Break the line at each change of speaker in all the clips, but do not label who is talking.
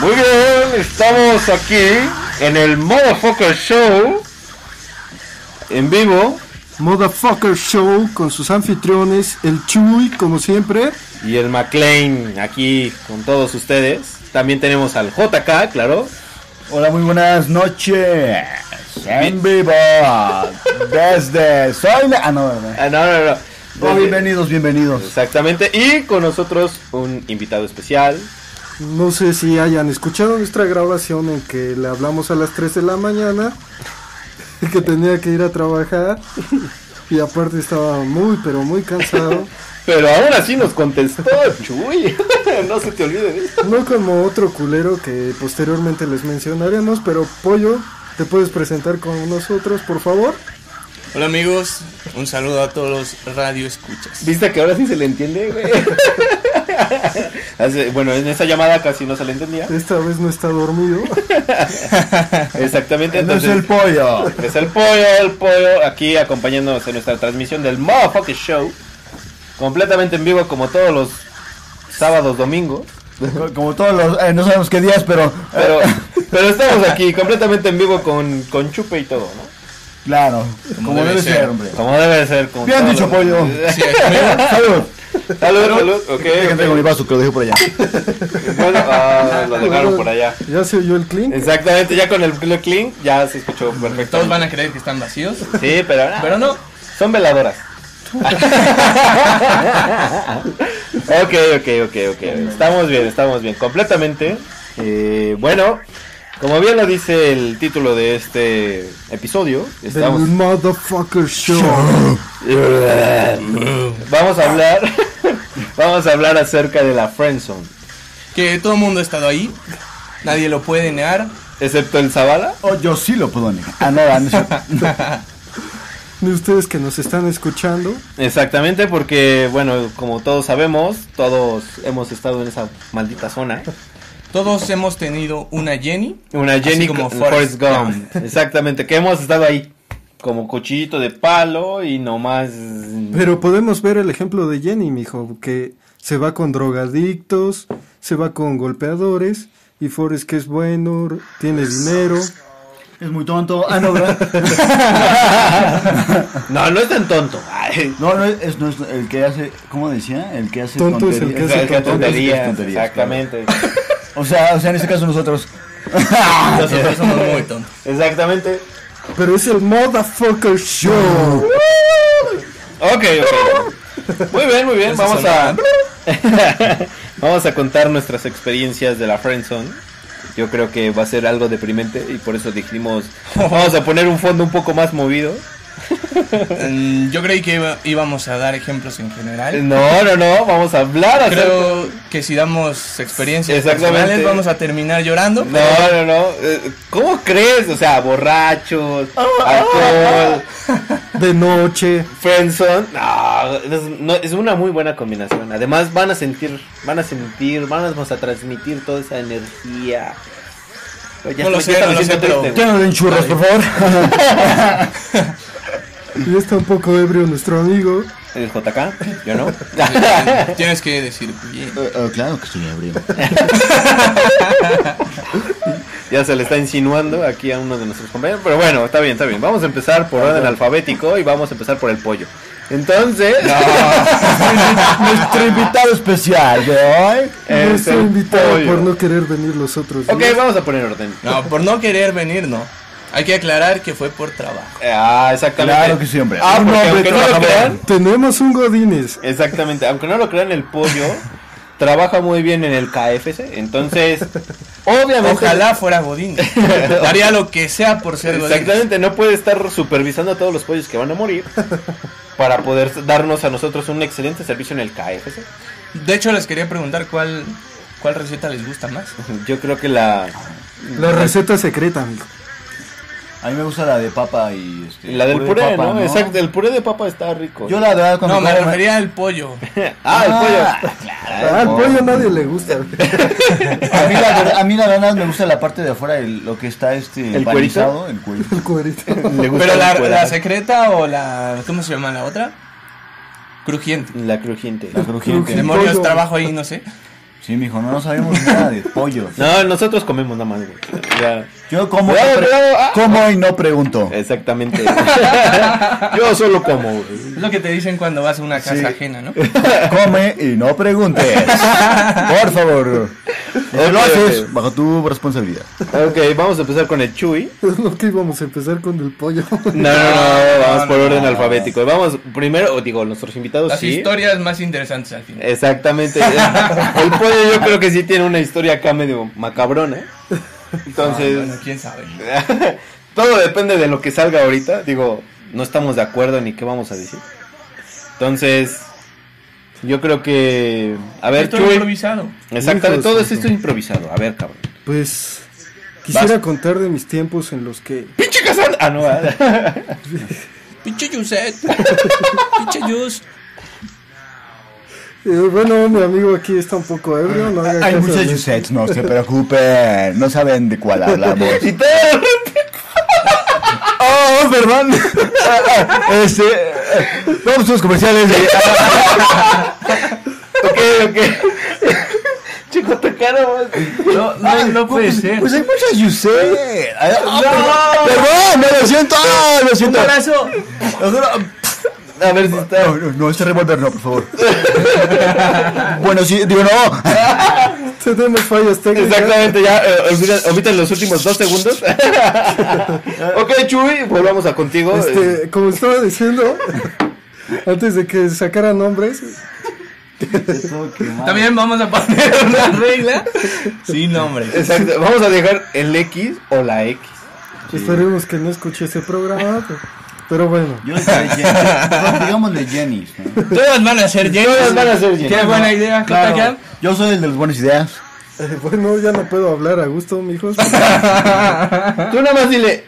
Muy bien, estamos aquí en el Motherfucker Show en vivo
Motherfucker Show con sus anfitriones, el Chuy, como siempre.
y el McLean aquí con todos ustedes. También tenemos al JK, claro.
Hola, muy buenas noches. En vivo. Desde. Soy. me- Ah, no, no, no.
Ah, no, no, no.
Oh,
Desde-
bienvenidos, bienvenidos.
Exactamente. Y con nosotros un invitado especial.
No sé si hayan escuchado nuestra grabación en que le hablamos a las 3 de la mañana, que tenía que ir a trabajar y aparte estaba muy, pero muy cansado.
Pero ahora sí nos contestó, Chuy. no se te olvide de esto.
No como otro culero que posteriormente les mencionaremos, pero Pollo, ¿te puedes presentar con nosotros, por favor?
Hola amigos, un saludo a todos los radio escuchas.
¿Viste que ahora sí se le entiende, güey? Hace- bueno, en esa llamada casi no se le entendía.
Esta vez no está dormido.
Exactamente.
No es
Entonces,
el pollo.
Es el pollo, el pollo, aquí acompañándonos en nuestra transmisión del Motherfucker Show. Completamente en vivo como todos los sábados, domingos.
Como todos los. eh, no sabemos qué días, pero.
Pero, pero estamos aquí completamente en vivo con, con chupe y todo, ¿no?
Claro. Como
debe
debe
ser.
ser, hombre.
Como debe ser. Como
Bien
todos
dicho,
los-
pollo.
Sí, amigo,
Salud.
Salud, salud. Ok,
Dejen, traigo mi
ok.
vaso que lo dejé por allá.
Bueno, ah, lo dejaron por allá.
Ya se oyó el clink.
Exactamente, ya con el Blue Clean ya se escuchó perfecto.
todos van a creer que están vacíos,
Sí, pero, ah,
pero no.
son veladoras. ok, ok, ok, ok. Estamos bien, estamos bien, completamente. Eh, bueno, como bien lo dice el título de este episodio,
Del
estamos,
Motherfucker Show.
vamos a hablar, vamos a hablar acerca de la friendzone,
Que todo el mundo ha estado ahí, nadie lo puede negar.
excepto el Zavala.
Oh, yo sí lo puedo negar. Ah, nada, no es cierto.
De ustedes que nos están escuchando,
Exactamente, porque bueno, como todos sabemos, todos hemos estado en esa maldita zona.
Todos hemos tenido una Jenny.
Una
así
Jenny
como
como Forrest,
Forrest
Gump. Exactamente, que hemos estado ahí. Como cuchillito de palo y nomás.
Pero podemos ver el ejemplo de Jenny, mijo, que se va con drogadictos, se va con golpeadores, y Forrest que es bueno, tiene dinero.
Es muy tonto. Ah, no, ¿verdad?
No, no es tan tonto. Ay,
No, no es, no es el que hace. ¿Cómo decía? El que hace
Tonto es el
tonterías.
que
o
hace
sea, qué tonterías,
tonterías, tonterías,
Exactamente.
claro. O sea, o sea, en este caso nosotros.
Nosotros somos muy tontos.
Exactamente.
Pero es el motherfucker show.
Ok, ok. Muy bien, muy bien.
Eso
Vamos
sonaba.
a. Vamos a contar nuestras experiencias de la Friendzone. Yo creo que va a ser algo deprimente y por eso dijimos. Vamos a poner un fondo un poco más movido.
Mm, Yo creí que iba- íbamos a dar ejemplos en general.
No, no, no. Vamos a hablar acerca.
Creo que si damos experiencias
Exactamente.
personales vamos a terminar llorando.
No, no, no. eh, ¿Cómo crees? O sea, borrachos, alcohol,
De noche.
friendzone. No, es, no, es una muy buena combinación. Además, van a sentir, van a sentir, van a, vamos a transmitir toda esa energía. Pero ya
No lo
me-
sé,
ya
no
me
lo
siento
sé, pero-
Eh,
triste,
Ya no den churros, por favor.
Y está un poco ebrio nuestro amigo.
El JK, yo no.
Tienes que decir, bien.
Eh, eh, claro que estoy ebrio.
ya se le está insinuando aquí a uno de nuestros compañeros. Pero bueno, está bien, está bien. Vamos a empezar por orden alfabético y vamos a empezar por el pollo. Entonces,
Nuestro invitado especial de hoy.
es
No estoy
el
invitado
pollo.
por no querer venir los otros.
Ok,
días.
vamos a poner orden.
No, por no querer venir, no. Hay que aclarar que fue por trabajo.
Ah, exactamente.
Claro que siempre.
Ah,
Un
porque
hombre
aunque no lo
trabajador.
crean,
Tenemos un Godines.
exactamente, aunque no lo crean, el pollo trabaja muy bien en el KFC. Entonces, obviamente.
Ojalá fuera Godín. Haría lo que sea por ser Godín.
Exactamente, no puede estar supervisando a todos los pollos que van a morir para poder darnos a nosotros un excelente servicio en el KFC.
De hecho, les quería preguntar cuál, cuál receta les gusta más.
Yo creo que la,
La receta secreta, amigo.
A mí me gusta la de papa y este,
la del puré,
de papa,
¿no? Exacto, el puré de papa está rico.
Yo la verdad cuando
No, me
como-
refería al pollo.
Ah, el
Ah,
pollo.
claro.
Ah, al pollo a nadie le gusta.
A mí, la, ver- a mí la verdad me gusta la parte de afuera, el- lo que está este
¿El cuerito?
empanizado, el cuerito.
El cuerito.
Le gusta
Pero la,
el
la
cuerito.
secreta o la. ¿Cómo se llama la otra? Crujiente.
La crujiente.
La crujiente.
Demonios,
pollo.
trabajo ahí, no sé.
Sí, mijo, no sabemos nada de pollo.
No, nosotros comemos nada más, güey. Ya.
Yo como,
Cuidado,
pre-
cuidado, ah.
como y no pregunto.
Exactamente. Yo solo como, güey.
Es lo que te dicen cuando vas a una casa
Sí. Oh,
ajena, ¿no?
Come y no preguntes. Por favor. Si
Ok,
lo
ok.
haces bajo tu responsabilidad.
Ok, vamos a empezar con el chuy.
Es lo que íbamos a empezar con el pollo.
No, no, no, vamos
no,
por
no.
orden alfabético. Vamos primero, digo, nuestros invitados
Las
sí.
historias más interesantes al final.
Exactamente. El pollo yo creo que sí tiene una historia acá medio macabrona. Entonces,
Ah, bueno, quién sabe.
todo depende de lo que salga ahorita. Digo, no estamos de acuerdo ni qué vamos a decir. Entonces, yo creo que... A ver,
Esto
Chuy.
improvisado.
Exactamente,
Hijo de
todo
su-
esto es improvisado. A ver, cabrón.
Pues quisiera contar de mis tiempos en los que
¡Pinche casal! Ah, no. ah.
Pinche Yuset. Pinche Yus.
Eh, bueno, mi amigo aquí está un poco ebrio, no haga caso
Hay
de
muchas
mí.
Yusets, no se preocupen. No saben de cuál hablamos.
Y te-
Oh, perdón. este, eh, vamos a los comerciales. de-
Ok, ok. Chico, te caro.
No, no, no puede ser.
Pues hay muchas Yusets. Ay, ah, perdón, Perdón, me lo siento. ay, Lo siento.
abrazo.
A ver si está.
No, no, no, este revólver no, por favor. bueno, sí, digo no.
Tenemos fallas técnicas.
Exactamente, ya eh, olvida- omiten los últimos dos segundos. ok, Chuy, volvamos a contigo.
Este, como estaba diciendo, antes de que sacaran nombres,
También vamos a poner una regla sin nombre.
Exacto, vamos a dejar el X o la X.
esperemos que no escuche este programa. pero- Pero bueno,
Yo le diré Jenny. Digámosle Jenny. ¿no?
Todas van a ser Jenny.
Todas van a ser Jenny.
Qué buena idea,
Claro,
JK.
yo soy el de las buenas ideas.
eh, bueno, ya no puedo hablar a gusto, mijos.
Tú nada más dile,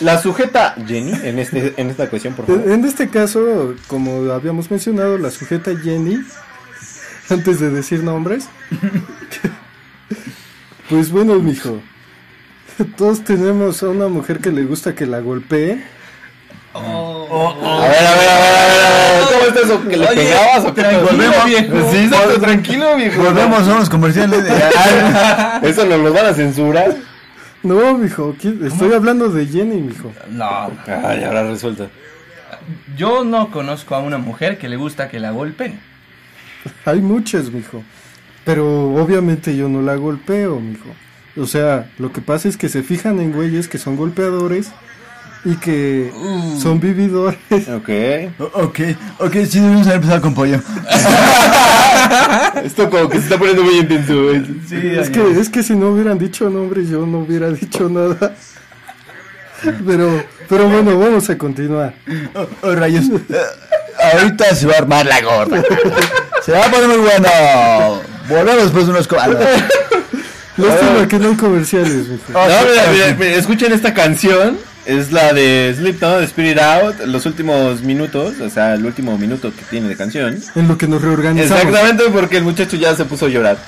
la sujeta Jenny en, este, en esta cuestión, por favor.
En este caso, como habíamos mencionado, la sujeta Jenny, antes de decir nombres, pues bueno, mijo, todos tenemos a una mujer que le gusta que la golpeen.
A ver, a ver, a ver, a ver, a ver, ¿Cómo estás? ¿O que le
Oye,
pegabas o qué?
volvemos.
Sí, exacto, tranquilo, viejo.
Volvemos a los comerciales. de-
Eso nos lo van a censurar.
No, mijo, ¿quién- estoy hablando de Jenny, mijo.
No,
Ay, ahora resulta.
yo no conozco a una mujer que le gusta que la golpen.
Hay muchas, mijo. Pero obviamente yo no la golpeo, mijo. O sea, lo que pasa es que se fijan en güeyes que son golpeadores y que son vividores.
Ok.
O- ok, ok, sí, debemos haber empezado con pollo.
Esto como que se está poniendo muy intenso. güey.
Es que, es que si no hubieran dicho nombres, yo no hubiera dicho nada. Pero, pero bueno, vamos a continuar.
Oh, oh, rayos. Eh, Ahorita se va a armar la gorda. Se va a poner muy bueno. Volvemos después de unos co- Ah, no.
Lástima que no hay comerciales, mijo.
Oh,
No,
sí,
mira,
sí.
mira, mira, escuchen esta canción. Es la de Sleep, ¿no? De Spirit Out. Los últimos minutos, o sea, el último minuto que tiene de canción.
En lo que nos reorganizamos.
Exactamente, porque el muchacho ya se puso a llorar.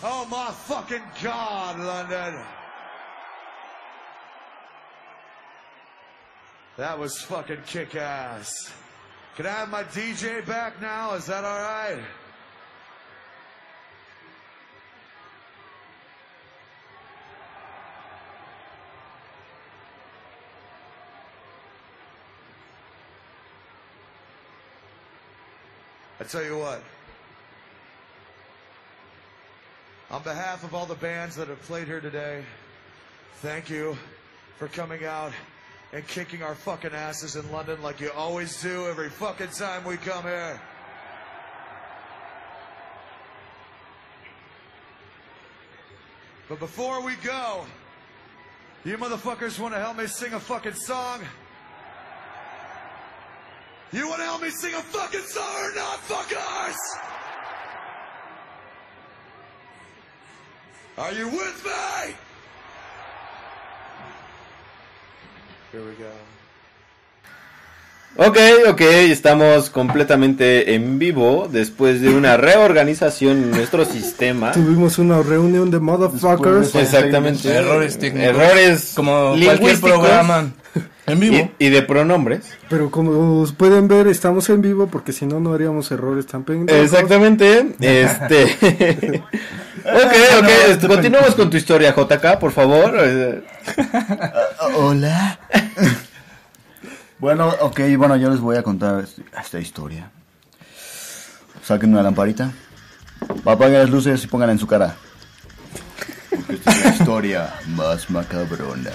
Oh, my fucking God, London. That was fucking kick ass. Can I have my DJ back now? Is that alright? I tell you what. On behalf of all the bands that have played here today, thank you for coming out and kicking our fucking asses in London like you always do every fucking time we come here. But before we go, you motherfuckers want to help me sing a fucking song? You want to help me sing a fucking song or not, fuckers? Are you with me? Here we go.
Ok, ok, estamos completamente en vivo después de una reorganización en nuestro sistema.
Tuvimos una reunión de motherfuckers.
Después
Exactamente.
Errores técnicos.
Errores
Como cualquier
lingüísticos
programa en vivo.
Y, y de pronombres.
Pero como pueden ver, estamos en vivo porque si no, no haríamos errores tan pendejos.
Exactamente. Este. ok, ok. este, continuamos con tu historia, JK, por favor. Eh,
Hola. bueno, ok, bueno, yo les voy a contar est- esta historia. Saquen una lamparita. Apaguen las luces y pónganla en su cara. Porque esta es la historia más macabrona.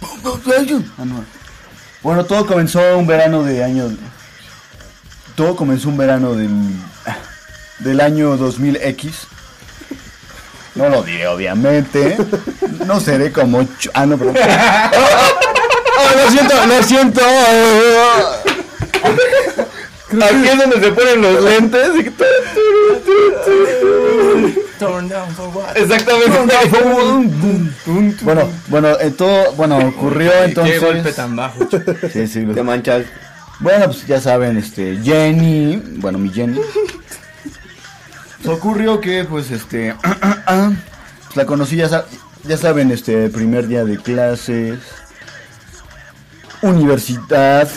Ah, no. Bueno, todo comenzó un verano de año. Todo comenzó un verano del, del año 2000X. No lo diré, obviamente. No seré como. Ch- ah, no, pero. Oh, lo siento, lo siento.
Aquí es donde se ponen los lentes. y-
Turn down for what?
Exactamente.
Bueno, bueno, eh, todo, bueno, ocurrió entonces.
Qué golpe tan bajo. chico.
Sí, sí, lo-
Te manchas.
Bueno, pues ya saben, este, Jenny, bueno, mi Jenny. Pues ocurrió que, pues, este, pues, la conocí, ya, sa- ya saben, este, primer día de clases, universidad,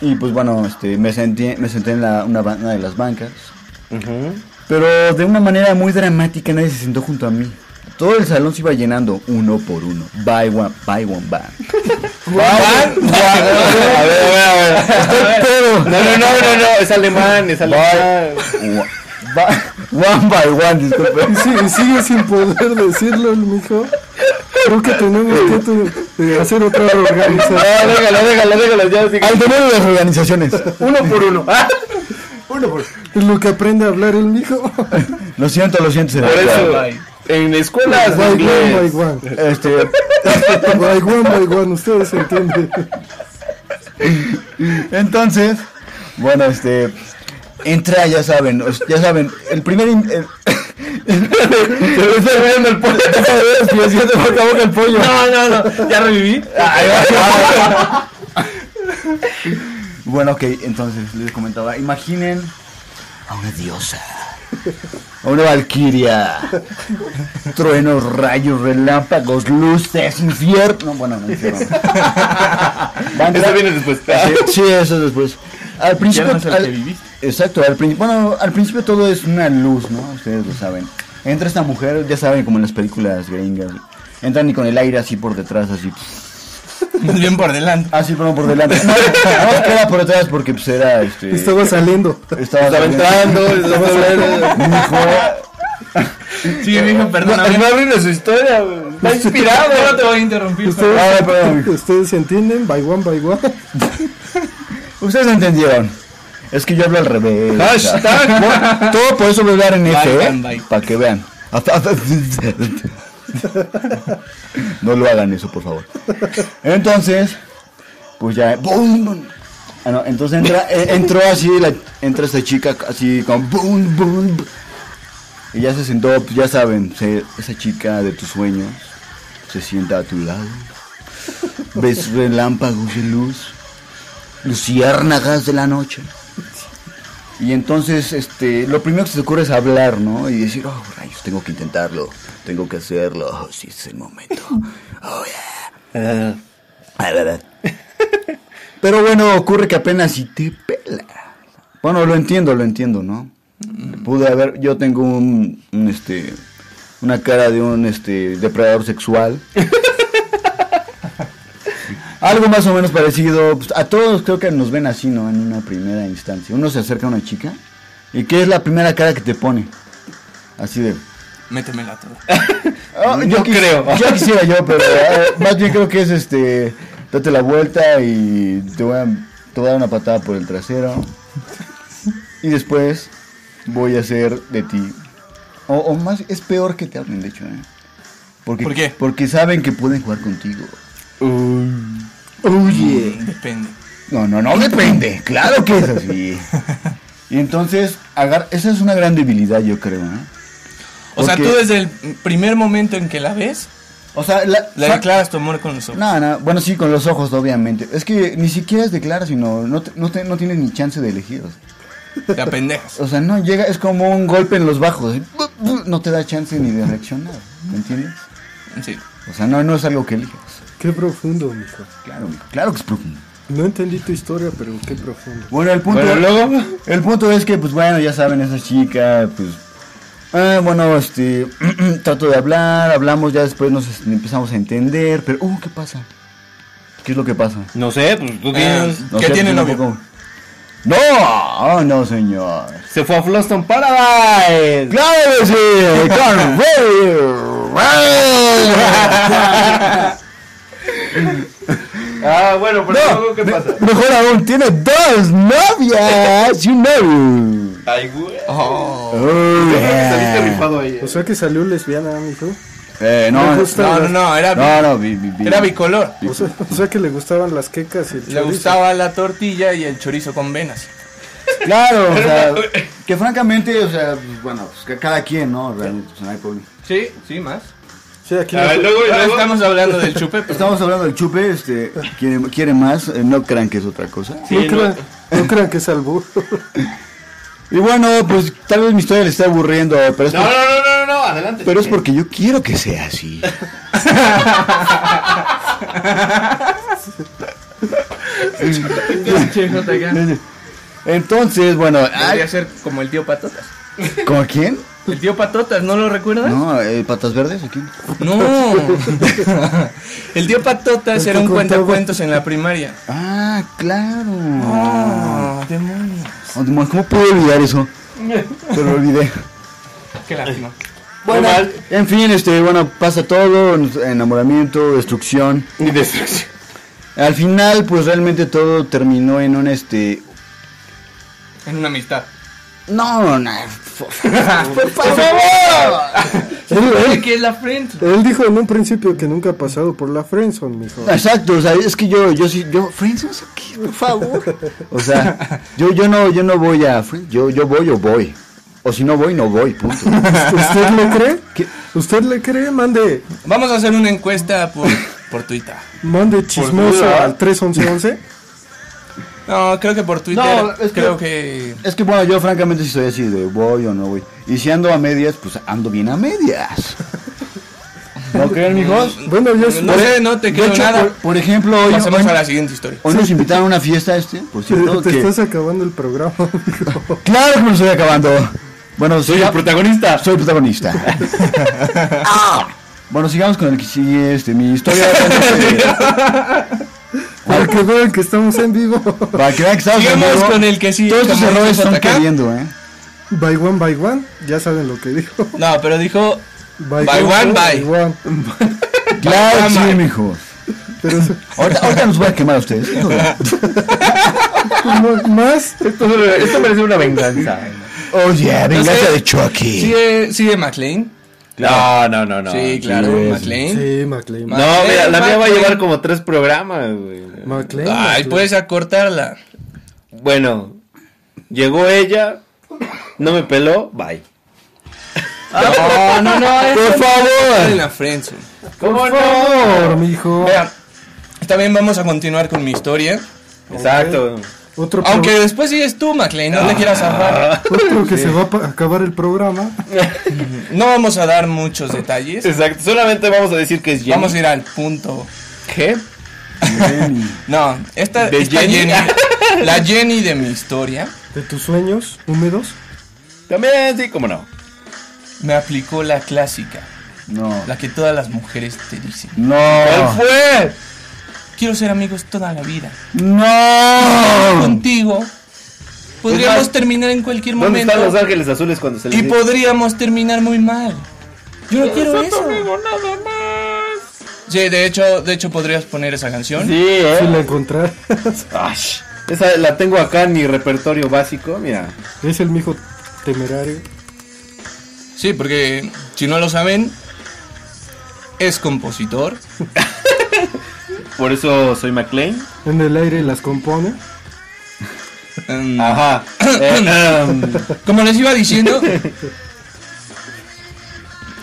y pues bueno, este, me senté, me senté en la, una, ba- una de las bancas. Pero de una manera muy dramática nadie se sentó junto a mí. Todo el salón se iba llenando uno por uno. By one, by one, by.
A ver, a ver, a ver. Eh, No, no, no, no, no. Es alemán, es alemán.
Wa- ba- One by one, disculpe.
Y, si- y sigue sin poder decirlo, mijo. Creo que tenemos que tu- eh, hacer otra reorganización.
No, Ah, déjalo, déjalo, déjalo. Ya, sigue.
Al tener las organizaciones.
uno por uno. Ah,
Es lo que aprende a hablar el mijo.
Lo siento, lo siento.
por
señorita.
eso. En escuelas de
By one,
inglés.
by one.
Este,
By one, by one. Ustedes entienden.
entonces, bueno, este, entra, ya saben, os- ya saben, el primer... in- el-
Se me está riendo el pollo.
Respiración de boca a boca el pollo.
No, no, no. Ya reviví.
Ay, va. bueno, ok, entonces les comentaba, imaginen a una diosa, a una valquiria, truenos, rayos, relámpagos, luces, infierno. Bueno, no infierno. Va a
Eso
entrar-
viene después.
Sí, eso es después. Al principio.
no es el
al-
que viviste.
Exacto, al principio. Bueno, al principio todo es una luz, ¿no? Ustedes lo saben. Entra esta mujer, ya saben, como en las películas gringas. Entran y con el aire así por detrás, así.
Bien por delante.
Así, pero no por delante. No, no, queda por detrás porque pues era este.
Estaba saliendo.
Estaba,
Estaba entrando. Estaba saliendo.
Sí, mijo, perdóname.
No arruines su historia, güey. Está inspirado.
Yo no te voy a interrumpir.
Ustedes,
A ver, perdón.
ustedes entienden. By one, by one.
Ustedes entendieron. Es que yo hablo al revés.
Hashtag.
Bueno, todo por eso voy a hablar en F,
bye, bye.
¿eh? Para que vean. No lo hagan eso, por favor. Entonces, pues ya. ¡bum! bum. Ah, no, entonces entra, eh, entró así, la- entra esta chica así con boom, boom. Y ya se sentó, pues, ya saben, se- esa chica de tus sueños se sienta a tu lado. Ves relámpagos de luz, luciérnagas de la noche. Y entonces, este, lo primero que se te ocurre es hablar, ¿no? Y decir, oh, rayos, tengo que intentarlo, tengo que hacerlo, oh, sí, es el momento. Oh, yeah. Ah, la, la. Pero bueno, ocurre que apenas si te pela. Bueno, lo entiendo, lo entiendo, ¿no? Pude haber, yo tengo un, un, este, una cara de un, este, depredador sexual. Algo más o menos parecido. pues, a todos creo que nos ven así, ¿no? En una primera instancia. Uno se acerca a una chica y ¿qué es la primera cara que te pone? Así de...
Métemela toda.
"Ah,
No
quis-
creo.
Yo quisiera yo, pero eh, más bien creo que es este... Date la vuelta y te voy, a, te voy a dar una patada por el trasero. Y después voy a hacer de ti... O, o más, es peor que te hablen, de hecho, ¿eh? Porque,
¿Por qué?
Porque saben que pueden jugar contigo.
Depende.
No, no, no depende. Claro que es así. Y entonces, agar esa es una gran debilidad, yo creo. ¿eh?
O sea,
Porque-
tú desde el primer momento en que la ves,
O sea, la,
le
sa-
declaras tu amor con los ojos.
No, no, bueno, sí, con los ojos, obviamente. Es que ni siquiera es declara, sino no, te- no, te- no tienes ni chance de elegir.
Te apendejas.
O sea, no llega, es como un golpe en los bajos. así, bu- bu- No te da chance ni de reaccionar, ¿me entiendes?
Sí.
O sea, no, no es algo que elijas.
Qué profundo, mijo.
Claro, claro que es profundo.
No entendí tu historia, pero qué profundo.
Bueno, el punto, el punto es que, pues bueno, ya saben, esa chica, pues... ah, bueno, este, trato de hablar, hablamos, ya después nos este, empezamos a entender, pero, uh, ¿qué pasa? ¿Qué es lo que pasa?
No sé, pues tú
Eh,
tienes.
No
¿Qué
sé,
tiene
pues,
novio?
tampoco- ¡No! ¡Oh, no, señor!
Se fue a Floston Paradise.
¡Claro que sí! ¡Con Rey!
Ah, bueno, pero
No,
luego, ¿qué
me-
pasa?
Mejor aún, tiene dos novias y un novio.
Ay, güey.
Oh,
Saliste
yeah.
rifado ahí. eh.
O sea que salió lesbiana, mijo.
Eh, no,
Me gusta
No, no, no, era, bi-
No, no, vi- vi- vi-
era bicolor.
O sea, o sea que le gustaban las quecas y el
Le
chorizo.
gustaba la tortilla y el chorizo con venas.
Claro, o sea, que francamente, o sea, pues, bueno, pues que cada quien, ¿no? Realmente, pues, no hay problema.
Sí, sí, más.
Sí, aquí
A ver,
no-
luego, y luego.
estamos hablando del chupe, pero
Estamos hablando del chupe, este, quiere, quiere más, eh, no crean que es otra cosa.
no,
Sí,
crean, no crean que es albur.
Y bueno, pues tal vez mi historia le está aburriendo, pero es,
No,
por-
no, no, no, no, no, adelante.
pero es porque yo quiero que sea así. Entonces, bueno,
Podría
ay,
ser como el tío Patotas.
¿con quién?
El tío Patotas, ¿no lo recuerdas?
No, eh, patas verdes, ¿o quién?
No. El tío Patotas era un cuentacuentos en la primaria.
Ah, claro.
Ah, demonios.
Oh, demonios, ¿Cómo puedo olvidar eso? Pero lo olvidé.
Qué lástima.
Bueno, en fin, este, bueno, pasa todo, enamoramiento, destrucción.
Y destrucción.
Al final, pues realmente todo terminó en un este.
En una amistad.
No, no. ¡Por favor!
¿Sabe ¿Qué es la frente?
Él dijo en un principio que nunca ha pasado por la friendzone, mijo.
Exacto, o sea, es que yo, yo sí, yo, Friends, no sé qué, por favor. O sea, yo, yo no, yo no voy a Friends, yo, yo voy o voy. O si no voy, no voy, punto.
¿Usted le cree? ¿Usted le cree? Mande,
Vamos a hacer una encuesta por, por Twitter.
mande chismoso
duda.
al 311111.
No, creo que por Twitter.
No, es que-
creo que...
Es que bueno, yo francamente sí soy así de voy o no voy. Y si ando a medias, pues ando bien a medias. ¿No creen, amigos?
Bueno, yo sí.
No sé, no te
De
creo
hecho,
nada.
Por, por ejemplo, hoy,
Pasemos
hoy-
a la siguiente historia.
hoy nos invitaron a una fiesta este, por
te,
cierto.
te
que-
estás acabando el programa, mijo.
Claro que me lo estoy acabando. Bueno,
Soy el
siga-
protagonista.
soy el protagonista. Ah. Bueno, sigamos con el que sigue este, mi historia.
Para que vean que estamos en vivo.
Para que vean que estamos en
Sigamos
vivo.
con el que sigue,
Todos estos
como
errores
dices
están
hasta acá.
cayendo, ¿eh?
By one, by one. Ya saben lo que dijo.
No, pero dijo...
By,
By one, by.
one.
Claro, que sí,
madre.
mijo.
Pero eso-
Ahorita, ahorita nos voy a quemar a ustedes.
no, más.
Esto, esto merece una venganza.
Oh, yeah, venganza
sé.
de Chucky.
Sigue, sigue McLean.
No, no, no, no.
sí, claro,
sí,
McLean.
Sí, McLean.
Ma-
No, mira, la mía va a
Macri.
llevar como tres programas, güey.
McLean.
Ay, puedes acortarla.
Bueno, llegó ella, no me peló, bye. Ah,
No, no, no,
Por
en
favor.
la friendzone.
¿Cómo
Por mijo.
Vean, también vamos a continuar con mi historia.
Exacto.
Ok, Otro, pro-
Aunque después sigues tú, McLean, no te quieras zafar.
otro que se va a pa- acabar el programa.
No vamos a dar muchos detalles.
Exacto, solamente vamos a decir que es Jenny.
Vamos a ir al punto.
¿Qué?
No, esta,
¿De
esta
Jenny?
Jenny. La Jenny de mi historia
De tus sueños húmedos.
También, sí, cómo no.
me aplicó la clásica,
No.
la que todas las mujeres te dicen.
¿Cuál
No.
fue?
Quiero ser amigos toda la vida.
No.
Contigo podríamos terminar en cualquier
¿Dónde
momento
están los ángeles azules cuando se les
y podríamos terminar muy mal. Yo no quiero eso. Sí, de hecho, de hecho podrías poner esa canción.
Sí, eh.
Si la encontrar.
Ash. Esa la tengo acá en mi repertorio básico, mira.
es el mijo temerario.
Sí, porque si no lo saben, es compositor.
Por eso soy McLean.
En el aire las compone.
Em,
Ajá. Eh, um,
Como les iba diciendo,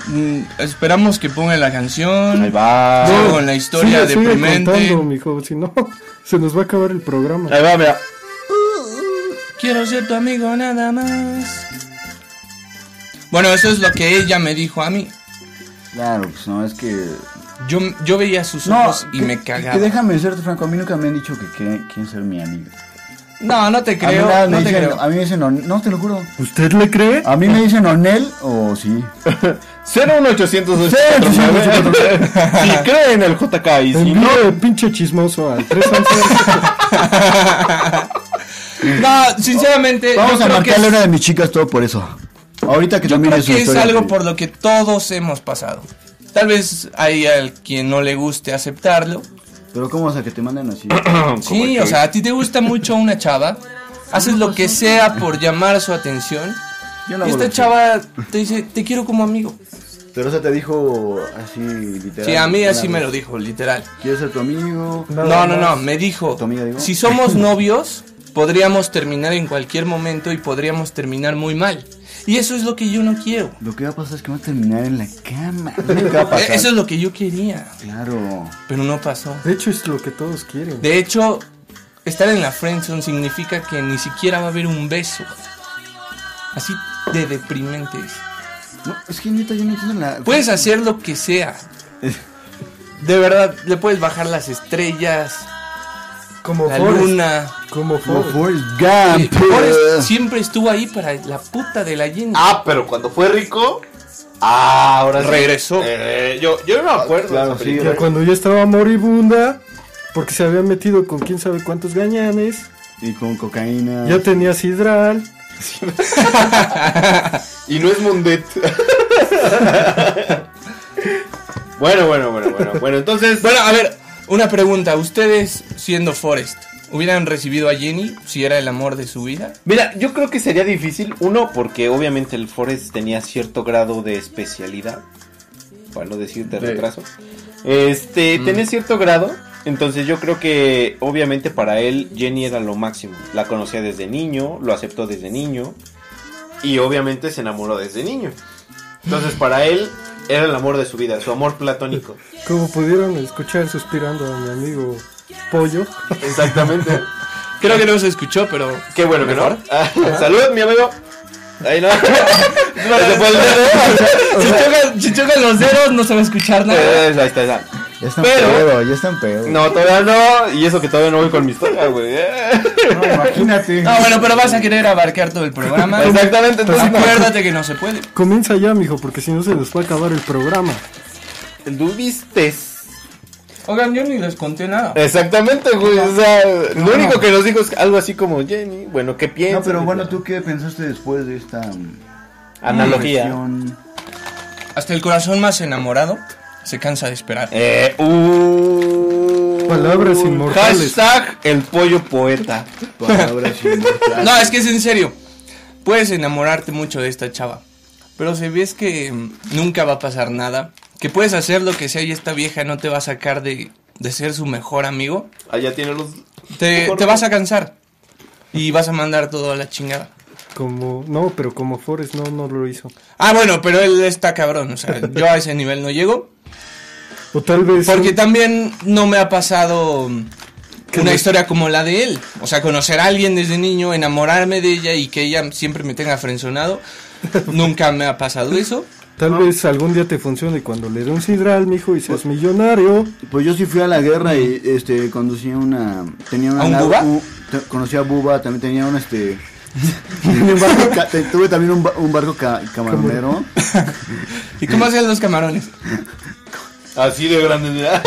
mm, esperamos que pongan la
ahí
canción.
va.
Sigo con la historia
Sigue- sigue
deprimente.
contando, mijo. Si no, se nos va a acabar el programa.
Ahí va, mira.
Quiero ser tu amigo nada más. Bueno, eso es lo que ella me dijo a mí.
Claro, pues no, es que. yo
Yo, yo veía sus
No,
ojos y
que-
me
Que
cagaba.
déjame ser franco, a mí nunca me han dicho que que- quieren ser mi amigo.
No, no te
A mí
creo.
nada, me
no te
dicen-
creo.
A mí me dicen, On- no te lo juro.
¿Usted le cree?
A mí me dicen Onel o sí.
01800. Si creen en el JK y si no,
Envíe el pinche chismoso al 311.
No, sinceramente,
"Ah, Vamos
yo
a
creo que
marcarle a
es,
una de mis chicas todo por eso. Ahorita que
yo
también
creo
su
que es
historia,
algo
güey.
por lo que todos hemos pasado. Tal vez hay al quien no le guste aceptarlo,
Pero ¿cómo? O sea, que te mandan así.
Sí, o sea, a ti te gusta mucho una chava, haces lo que sea por llamar su atención.
Yo no
y
hago
esta
lo que-
chava te dice, te quiero como amigo.
Pero o sea, te dijo así literal.
Sí, a mí
una
así me
vez.
lo dijo, literal.
¿Quieres ser tu amigo?
No, no, no, me dijo,
¿Tu amiga, digo?
si somos novios, podríamos terminar en cualquier momento y podríamos terminar muy mal. Y eso es lo que yo no quiero.
Lo que va a pasar es que va a terminar en la cama. Es lo que va a pasar.
E- Eso es lo que yo quería,
Claro.
pero no pasó.
De hecho, es lo que todos quieren.
De hecho, estar en la friendzone significa que ni siquiera va a haber un beso. Así de deprimente es.
No, es que neta, yo no entiendo la.
Puedes hacer lo que sea. De verdad, le puedes bajar las estrellas,
Como
la
Forrest.
luna.
Como
Como
Forrest.
Forrest Gump.
Forrest siempre estuvo ahí para la puta de la Jenny.
Ah, pero cuando fue rico. Ah, ahora sí.
Regresó.
Eh, yo, yo me acuerdo. de
Claro,
esa
sí.
película.
Ya cuando ya estaba moribunda, porque se había metido con quién sabe cuántos gañanes,
Y con cocaína.
ya tenía sidral.
Y no es Mundet.
Bueno, bueno, bueno, bueno. Bueno, entonces.
Bueno, a ver, una pregunta. ¿Ustedes, siendo Forrest, hubieran recibido a Jenny si era el amor de su vida?
Mira, yo creo que sería difícil, uno, porque obviamente el Forest tenía cierto grado de especialidad, para no decirte retraso. Este, tenía cierto grado, entonces yo creo que obviamente para él Jenny era lo máximo. La conocía desde niño, lo aceptó desde niño, y obviamente se enamoró desde niño. Entonces para él era el amor de su vida, su amor platónico.
Como pudieron escuchar suspirando a mi amigo Pollo.
Exactamente.
Creo que no se escuchó, pero.
Qué bueno que
mejor.
no. Ah, salud, mi amigo. Ahí no. No se puede
Si chocan, si chocan los dedos, no se va a escuchar nada.
Eh, ahí está, ahí está.
Ya están
Pero-
pedo, ya están pedo.
No, todavía no. Y eso que todavía no voy con mi historia, güey. ¿eh?
No, imagínate.
No, bueno, pero vas a querer abarcar todo el programa.
Exactamente,
Pues
entonces no.
Acuérdate que no se puede.
Comienza ya, mijo, porque si no se nos va a acabar el programa.
Tuviste.
Oigan, yo ni les conté nada.
Exactamente, güey. O sea, lo único que nos dijo es algo así como Jenny. Bueno, ¿qué piensas?
No, pero bueno, ¿tú qué pensaste después de esta mm,
Analogía.
versión?
Hasta el corazón más enamorado se cansa de esperar.
Eh, uh,
Palabras inmortales.
Hashtag el pollo poeta.
Palabras inmortales.
No, es que es en serio. Puedes enamorarte mucho de esta chava. Pero si ves que mm, nunca va a pasar nada, que puedes hacer lo que sea y esta vieja no te va a sacar de, de ser su mejor amigo,
Allá tiene los.
te, te vas a cansar. Y vas a mandar todo a la chingada.
Como, no, pero como Forrest no, no lo hizo.
Ah, bueno, pero él está cabrón. O sea, yo a ese nivel no llego.
O tal vez.
Porque también no me ha pasado mm, una historia como la de él. O sea, conocer a alguien desde niño, enamorarme de ella y que ella siempre me tenga frenzonado. Nunca me ha pasado eso.
Tal vez algún día te funcione cuando le dé un sidral, mijo, y seas millonario.
Pues yo sí fui a la guerra y este conducía una tenía una
¿A un
nave-
buba?
un- te- conocía a Buba, también tenía un este tenía un barco ca- te- tuve también un, ba- un barco ca- camaronero.
¿Y cómo hacían los camarones?
Así de grande. ¿verdad?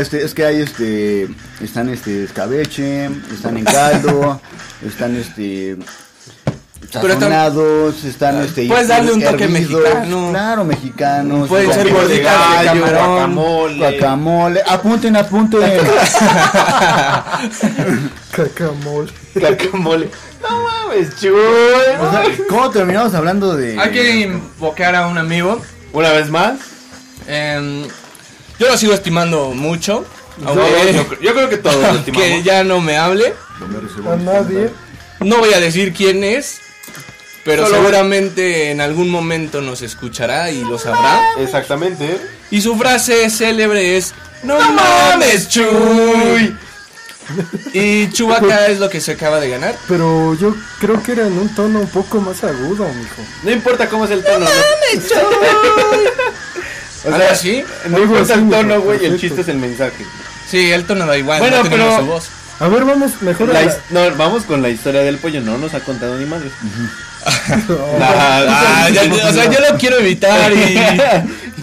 Este, es que hay este están este escabeche, están en caldo, están este
tam-
sazonados, están este
Puedes darle un toque
hervidos,
mexicano.
Claro, mexicanos.
Pueden
con
ser
pico de
de
gorditas de
gallo,
camarón.
guacamole.
Guacamole, apunten, apunten.
Cacamol.
Guacamole. No mames, chulo.
O sea, ¿Cómo terminamos hablando de.?
Hay que invocar a un amigo.
Una vez más.
Em, yo lo sigo estimando mucho.
Todos,
Aunque,
yo, creo- yo creo que todos lo estimamos.
que ya no me este hable.
A nadie.
No voy a decir quién es. Pero
Solo-
seguramente en algún momento nos escuchará y lo sabrá.
Exactamente.
Y su frase célebre es: ¡No mames, Chuy! Y Chubaca es lo que se acaba de ganar.
Pero yo creo que era en un tono un poco más agudo, mijo.
No importa cómo es el tono, ¿no?
¿Algo así?
No
Algo
importa
así,
el tono,
mijo,
güey, el
perfecto.
chiste es el mensaje.
Sí, el tono da igual.
Bueno,
no tenemos
pero-
su voz.
A ver, vamos mejor a
La
la-
his- no, vamos con la historia del pollo, no nos ha contado ni madre.
Ah, ya- ya- o sea, yo lo quiero evitar y.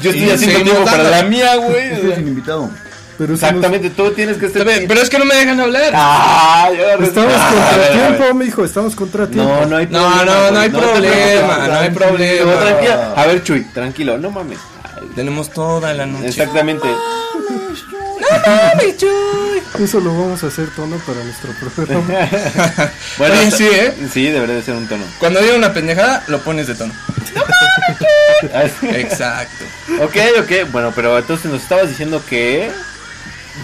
Yo estoy
Y
haciendo
seguimos
tiempo para
dando.
la mía, güey.
Eres el invitado.
Pero si nos-
Exactamente, tú tienes que
Está
estar.
bien, Pero es que no me dejan hablar.
Ah, ya la
Estamos
Ah, a ver,
contra
a ver.
tiempo, mijo, estamos contra tiempo.
No, no hay
No,
problema.
no, no hay
te
problema,
preocupes,
no hay problema.
No, tranquila. A ver, Chuy, tranquilo, no mames.
Tenemos toda la noche.
Exactamente.
Eso lo vamos a hacer tono para nuestro programa.
Bueno,
Oye, sí, ¿eh?
Sí, debería de ser un tono.
Cuando diga una pendejada, lo pones de tono.
ok,
Exacto.
ok. Bueno, pero entonces nos estabas diciendo que.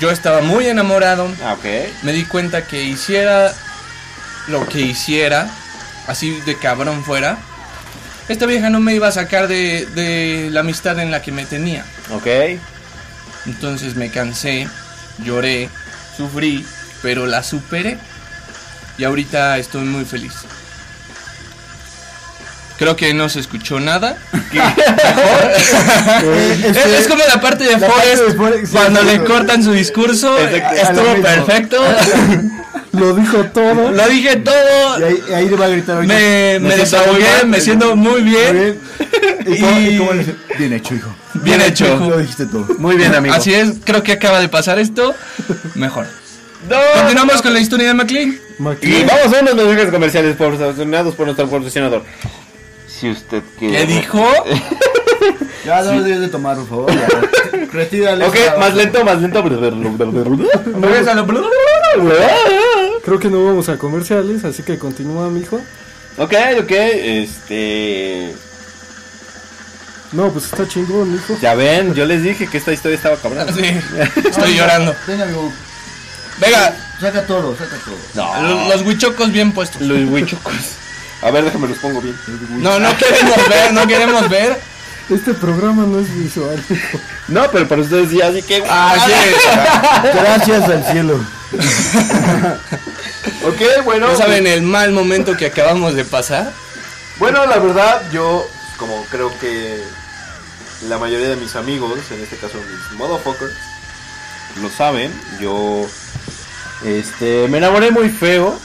Yo estaba muy enamorado.
Ah, ok.
Me di cuenta que hiciera lo que hiciera, así de cabrón fuera, esta vieja no me iba a sacar de, de la amistad en la que me tenía.
Ok.
Entonces me cansé, lloré, sufrí, pero la superé. Y ahorita estoy muy feliz. Creo que no se escuchó nada. Es, es como la parte de
La parte de Forrest,
Forrest
sí,
cuando
sí,
le
sí.
cortan su discurso.
Exacto. A lo
Estuvo
mismo.
perfecto.
lo dijo todo.
Lo dije
Y
todo.
ahí, y ahí le va a gritar ahorita.
Me, me
siento muy
desahogué,
mal.
me siento muy bien.
bien. ¿Y cómo,
Y-
y cómo le dice? Bien hecho, hijo.
Bien hecho.
hijo, Lo dijiste todo.
Muy bien, amigo.
Así es, creo que acaba de pasar esto. Mejor.
No.
Continuamos con la historia de McLean.
Y
Maquinaria.
vamos a unos mensajes comerciales patrocinados por nuestro patrocinador. Si usted quiere.
¿Qué dijo?
Ya no debes de tomar, por favor. ya. Retírale.
Ok,
esa-
más lento, más lento.
Regrésalo.
Creo que no vamos a comerciales, así que continúa, mijo.
Ok, ok, este...
No, pues está chingón, mijo.
Ya ven, yo les dije que esta historia estaba cabrón.
Sí, estoy llorando.
Venga, amigo.
Venga,
Saca todo, saca todo.
lo- los huichocos bien puestos.
Los huichucos. pues. A ver, déjame los pongo bien.
No, no queremos ver, no queremos ver.
Este programa no es visual. mijo.
No, pero para ustedes sí, así que... ah,
Así es.
Gracias al cielo.
Ok, bueno.
No saben el mal momento que acabamos de pasar.
Bueno, la verdad, yo, como creo que la mayoría de mis amigos, en este caso mis motherfuckers, lo saben, yo este, me enamoré muy feo.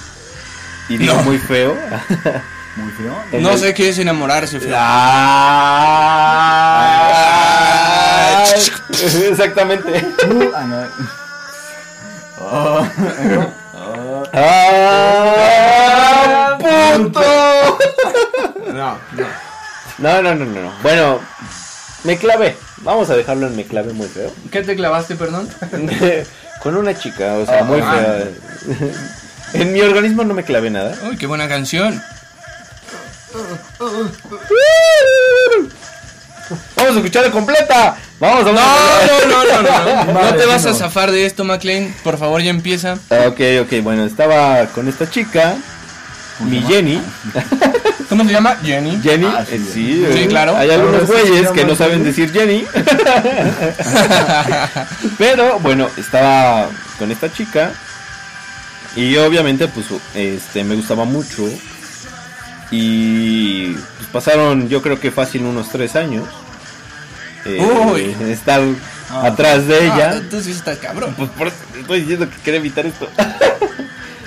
Y digo
No.
muy feo.
Muy feo.
En
No
el-
sé qué es enamorarse. Fran.
Ah. Exactamente.
Uh, ah, no.
¡Ah! ¡Punto! No, no, no, no, no. Bueno, me clavé. Vamos a dejarlo en me clavé muy feo.
¿Qué te clavaste, perdón?
Con una chica, o sea, muy fea. En mi organismo no me clavé nada.
Uy, qué buena canción.
Vamos a escucharla completa. Vamos a
No, no, no, no, no. No, No te vas a zafar de esto, McLean. Por favor, ya empieza.
Ok, ok, bueno, estaba con esta chica. mi Jenny,
¿Cómo se llama? Jenny.
Jenny,
Ah, sí,
eh,
Jenny.
sí, eh,
Sí, claro.
Hay
Ahora
algunos
sí se
güeyes
llama
que no saben
Jenny.
decir Jenny. Pero bueno, estaba con esta chica y obviamente pues este me gustaba mucho y pues, pasaron yo creo que fácil unos tres años eh,
Uy.
de estar atrás de
Ah,
ella.
tú- tú sí estás cabrón.
Pues por eso te estoy diciendo que quería evitar esto.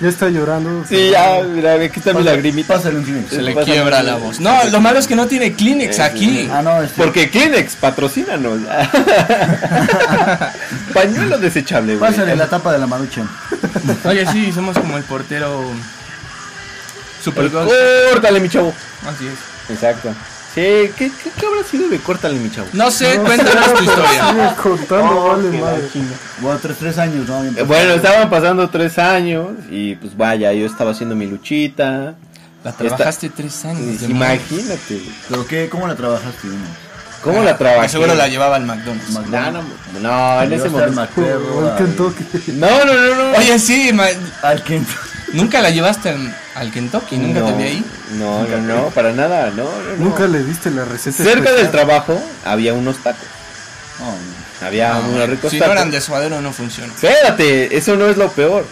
Ya está llorando.
sí, ya, mira, aquí está mi lagrimita.
Pásale un Kleenex.
Se le
Pásame
quiebra
el-
la voz. No, lo malo es que no tiene Kleenex aquí.
Ah, no, este.
Porque Kleenex, patrocínanos. Pañuelo desechable, güey.
Pásale la tapa de la marucha.
Oye, sí, somos como el portero Super
Córtale, mi chavo.
Así es.
Exacto. Sí, ¿qué, qué, qué habrá sido de córtale, mi chavo?
No sé, cuéntanos tu historia.
Sigue contando,
Oh,
vale
que la
madre.
Bueno, tres, tres años, ¿no? Bien
Eh, Bueno, estaban pasando tres años y pues vaya, yo estaba haciendo mi luchita.
La trabajaste tres años. de madre.
Imagínate, güey.
¿Pero qué? ¿Cómo la trabajaste? güey?
¿cómo la trabajé?
Seguro la llevaba al McDonald's.
No, no, no, en
Yo
ese
hasta el
momento.
Macperro,
O el
al-
Kentucky.
No, no, no, no.
Oye, sí, ma-
Al Kentucky.
nunca la llevaste al, al Kentucky, nunca te
No,
vi ahí.
No, no, no, para nada, no, no, no.
Nunca le diste la receta.
Cerca del
especial.
trabajo había unos tacos.
Oh,
Había unos ricos
Ah, si no
tacos.
eran de suadero no funciona.
Espérate, eso no es lo peor.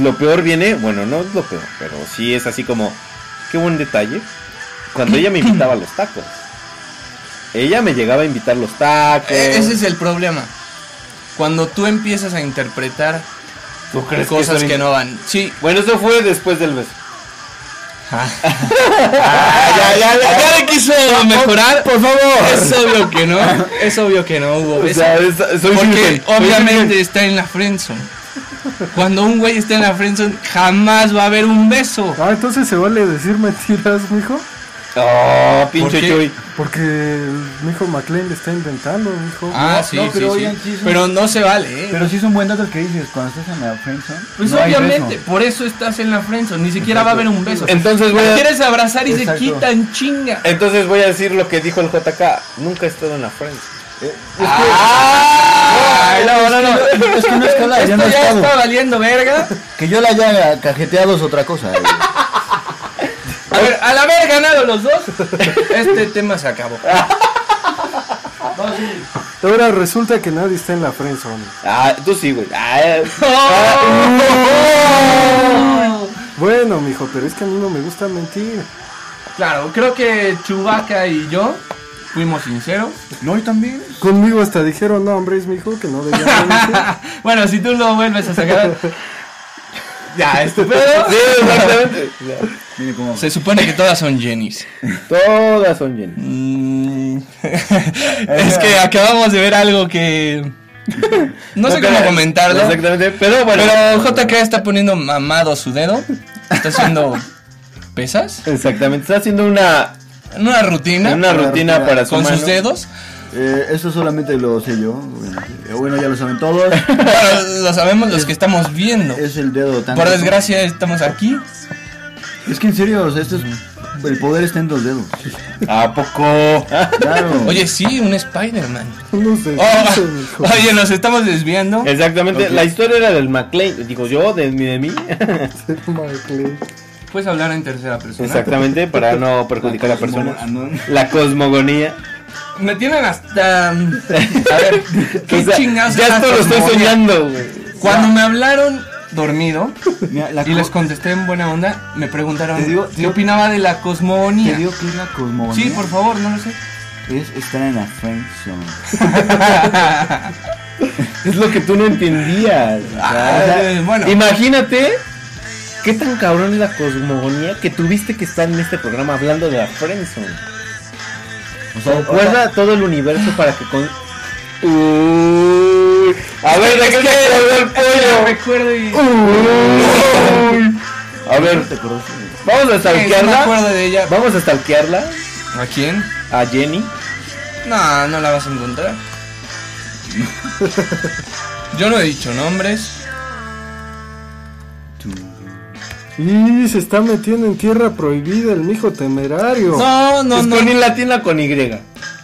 Lo peor viene, bueno, no es lo peor, pero sí es así como, qué buen detalle. Cuando ella me invitaba a los tacos. Ella me llegaba a invitar los tacos.
E- ese es el problema. Cuando tú empiezas a interpretar
¿Tú crees que
cosas
soy-
que no van. Sí.
Bueno, eso fue después del beso.
ya, ya, ya, quiso mejorar. Por favor. Es obvio que no. Es obvio que no hubo
O
beso.
sea, es- soy
Porque
virgen, soy
obviamente
virgen.
está en la friendzone. Cuando un güey está en la friendzone, jamás va a haber un beso.
Ah, entonces se vale decir mentiras, mijo.
Oh,
¿Por
pinche
qué?
Chuy.
Porque el mijo McLean le está inventando, mijo.
Ah,
No,
sí,
no,
sí,
pero
sí.
oigan, sí, sí.
Pero no se vale, ¿eh?
Pero sí es un buen dato el que dices, cuando estás en la friendzone
pues
no hay
obviamente,
beso.
por eso estás en la friendzone. Ni siquiera va a haber un beso.
Entonces voy
La
a,
quieres abrazar y
Exacto.
se quitan chinga.
entonces voy a decir lo que dijo el JK. Nunca he estado en la Friends.
no, no, no. Es que no es que la
Esto
no he
ya
estado.
está valiendo verga.
Que yo la haya cajeteado es otra cosa. eh. güey.
A ver, al haber ganado los dos, este tema se acabó.
Ahora resulta que nadie está en la friendzone.
Ah, tú sí, güey. Ah,
Bueno, mijo, pero es que a mí no me gusta mentir.
Claro, creo que Chubaca y yo fuimos sinceros.
No, y también.
Conmigo hasta dijeron nombres, mijo, que no debían mentir.
bueno, si tú lo vuelves a sacar. ya, estupendo.
sí, exactamente.
Mire cómo.
Se supone que todas son Jennys.
Todas son Jenny.
Mm. es que acabamos de ver algo que. No sé cómo comentarlo.
Exactamente, pero bueno.
Pero JK está poniendo mamado su dedo. Está haciendo. ¿Pesas?
Exactamente, está haciendo una,
Una rutina.
una rutina para su
con sus
mano.
dedos.
Eh, eso solamente lo sé yo. obviamente. Eh, Bueno, ya lo saben todos.
Bueno, lo sabemos los que estamos viendo.
Es el dedo tan.
Por desgracia, estamos aquí.
Es que en serio, o sea, esto es. El poder está en los dedos.
¿A poco?
Claro.
Oye, sí, un Spider-Man.
No sé,
Oh,
no sé, mijo.
oye, nos estamos desviando.
Exactamente, la historia era del McLean, digo yo, de, mí- de mí.
McLean.
Puedes hablar en tercera persona.
Exactamente, para no perjudicar a la persona.
Ah, no.
La cosmogonía.
Me tienen hasta. um, A ver, qué
O sea,
chingados. es
ya
la
esto lo estoy
cosmogonía?
soñando, güey.
Cuando me hablaron dormido
Mira, la
y les
co-
contesté en buena onda, me preguntaron
Te digo-
qué
digo-
opinaba de la
Te
cosmogonía.
digo que es la cosmogonía.
Sí, por favor, no lo sé.
Es estar en la friendzone.
Es lo que tú no entendías.
Ah, bueno.
Imagínate qué tan cabrón es la cosmogonía que tuviste que estar en este programa hablando de la Friendzone.
O sea,
Recuerda todo el universo para que con. Uy. A ver, ¿de qué se acordó el
Lo
pollo?
recuerdo y.
Uy. A ver,
¿Te acuerdas?
vamos a
Sí, no me acuerdo
stalkearla.
de ella.
Vamos a stalkearla
¿A quién?
a Jenny.
No, no la vas a encontrar. Yo no he dicho nombres.
Y se está metiendo en tierra prohibida el mijo temerario.
No, no,
es
no.
con I latina con Y.